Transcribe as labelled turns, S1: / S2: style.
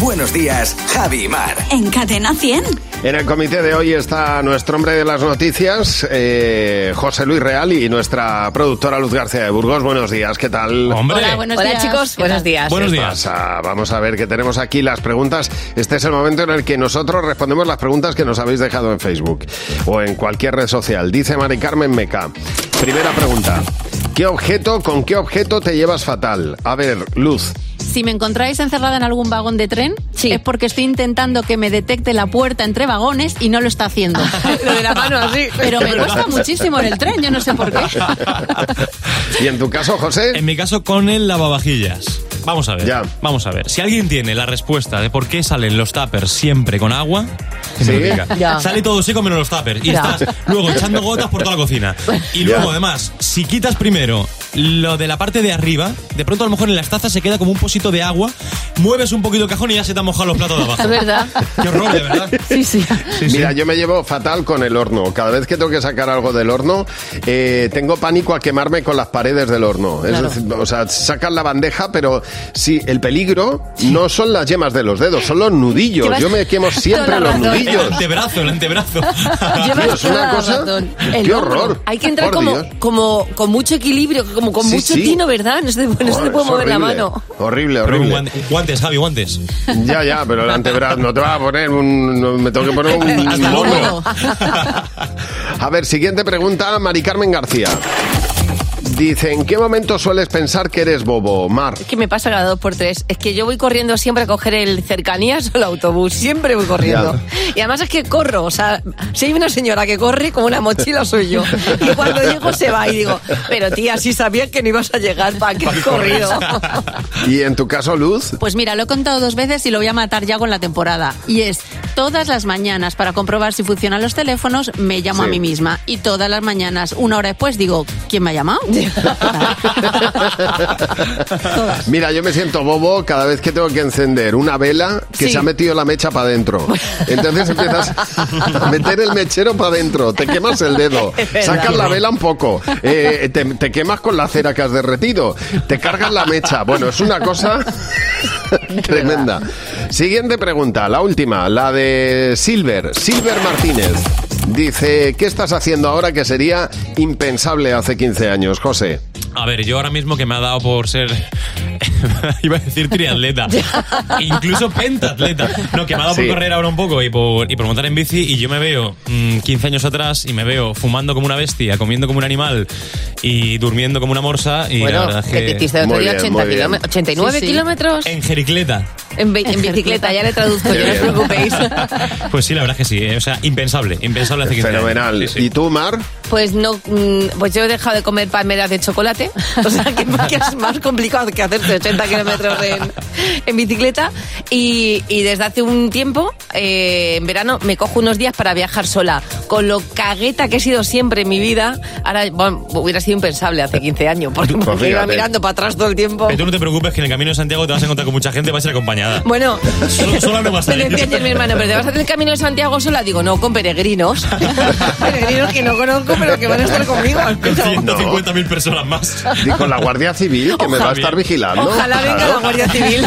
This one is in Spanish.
S1: Buenos días, Javi y Mar.
S2: En Cadena 100.
S3: En el comité de hoy está nuestro hombre de las noticias, eh, José Luis Real, y nuestra productora Luz García de Burgos. Buenos días, ¿qué tal?
S4: Hombre.
S5: Hola, buenos
S6: Hola
S5: días.
S6: chicos,
S5: ¿Qué
S6: buenos
S5: tal?
S6: días.
S4: Buenos
S3: ¿Qué
S4: días.
S3: pasa? Vamos a ver que tenemos aquí las preguntas. Este es el momento en el que nosotros respondemos las preguntas que nos habéis dejado en Facebook o en cualquier red social. Dice Mari Carmen Meca. Primera pregunta. ¿Qué objeto, con qué objeto te llevas fatal? A ver, Luz.
S5: Si me encontráis encerrada en algún vagón de tren,
S6: Sí.
S5: es porque estoy intentando que me detecte la puerta entre vagones y no lo está haciendo.
S6: Lo de la mano así.
S5: Pero me cuesta muchísimo en el tren, yo no sé por qué.
S3: ¿Y en tu caso, José?
S4: En mi caso, con el lavavajillas. Vamos a ver.
S3: Ya.
S4: Vamos a ver. Si alguien tiene la respuesta de por qué salen los tuppers siempre con agua, que me
S3: Sí.
S4: lo diga.
S6: Ya.
S4: sale todo seco menos los tuppers. Y
S6: Ya.
S4: estás luego echando gotas por toda la cocina. Y
S3: Ya.
S4: luego, además, si quitas primero lo de la parte de arriba, de pronto a lo mejor en las tazas se queda como un pocito de agua, mueves un poquito el cajón y ya se te han mojado los platos de abajo.
S5: Es verdad.
S4: Qué horror, de verdad.
S5: Sí, sí.
S3: Mira, yo me llevo fatal con el horno. Cada vez que tengo que sacar algo del horno, eh, tengo pánico a quemarme con las paredes del horno. Es decir, o sea, sacas la bandeja, pero sí, el peligro no son las yemas de los dedos, son los nudillos.
S5: Llevas
S3: Yo me quemo siempre
S5: toda la
S3: los
S5: razón.
S4: El
S3: nudillos.
S4: antebrazo, el antebrazo.
S5: Llevas
S3: Tío, es una
S5: toda la
S3: cosa-
S5: razón.
S3: qué
S5: El hombro.
S3: horror.
S6: Hay que entrar
S3: Por
S6: como,
S3: Dios.
S6: como con mucho equilibrio, como con
S3: Sí,
S6: mucho
S3: sí.
S6: tino, ¿verdad? No se, no se
S3: Joder,
S6: te puede
S3: es
S6: mover la
S3: horrible.
S6: mano.
S3: Horrible,
S4: Pero un
S3: horrible.
S4: guante- guantes, Javi, guantes.
S3: Ya, ya, pero el antebrazo no te va a poner un. no, me tengo que poner un
S4: Hasta
S3: mono.
S4: luego.
S3: A ver, siguiente pregunta, Mari Carmen García. Dice, ¿en qué momento sueles pensar que eres bobo, Mar?
S6: Es que me pasa cada dos por tres. Es que yo voy corriendo siempre a coger el cercanías o el autobús. Siempre voy corriendo. Y además es que corro. O sea, si hay una señora que corre con una mochila, soy yo. Y cuando llego se va y digo, pero tía, si sabías que no ibas a llegar, ¿para qué has corrido?
S3: Y en tu caso, Luz.
S5: Pues mira, lo he contado dos veces y lo voy a matar ya con la temporada. Y es, todas las mañanas, para comprobar si funcionan los teléfonos, me llamo
S3: Sí.
S5: a mí misma. Y todas las mañanas, una hora después, digo, ¿quién me ha llamado? Todas.
S3: Mira, yo me siento bobo cada vez que tengo que encender una vela que
S6: Sí.
S3: se ha metido la mecha para adentro. Entonces empiezas a meter el mechero para adentro, te quemas el dedo,
S6: Es verdad.
S3: sacas la vela un poco, eh, te, te quemas con la cera que has derretido, te cargas la mecha. Bueno, es una cosa tremenda. Siguiente pregunta, la última, la de Silver, Silver Martínez. Dice, ¿qué estás haciendo ahora que sería impensable hace 15 años, José?
S4: A ver, yo ahora mismo que me ha dado por ser. Iba a decir triatleta. Incluso pentatleta. No, que me ha dado
S3: Sí.
S4: por correr ahora un poco y por, y por montar en bici. Y yo me veo mm, 15 años atrás y me veo fumando como una bestia, comiendo como un animal y durmiendo como una morsa. Y la
S6: Bueno,
S4: verdad es
S6: que
S4: que.
S6: Pues te hiciste otro
S3: Muy
S6: día
S3: bien,
S6: 80
S3: muy bien.
S6: kilómetros, 89
S5: Sí, sí.
S6: kilómetros
S4: En Jericleta.
S6: en, bi- en bicicleta, ya le traduzco, yo no os
S3: Qué bien.
S6: preocupéis.
S4: Pues sí, la verdad es que sí. eh, O sea, impensable. Impensable hace 15 años.
S3: Fenomenal.
S4: Sí, sí.
S3: ¿Y tú, Mar?
S6: Pues no, mm, pues yo he dejado de comer palmeras de chocolate, o sea que, más- que es más complicado que hacerte 80 kilómetros en, en bicicleta y, y desde hace un tiempo, eh, en verano, me cojo unos días para viajar sola, con lo cagueta que he sido siempre en mi vida, ahora bueno, hubiera sido impensable hace 15 años, porque,
S3: Pues
S6: porque iba
S3: fíjate.
S6: mirando para atrás todo el tiempo.
S4: Pero tú no te preocupes que en el camino de Santiago te vas a encontrar con mucha gente, vas a ir acompañada.
S6: Bueno,
S4: Solo- sola no vas a
S6: me
S4: ir.
S6: decía ayer mi hermano, pero te vas a hacer el camino de Santiago sola. Digo, no, con peregrinos. peregrinos que no conozco, pero que van a estar conmigo.
S4: Con 150.000 personas más.
S3: Dijo la Guardia Civil que me va a estar vigilando.
S6: Ojalá venga la
S3: Claro.
S6: Guardia Civil.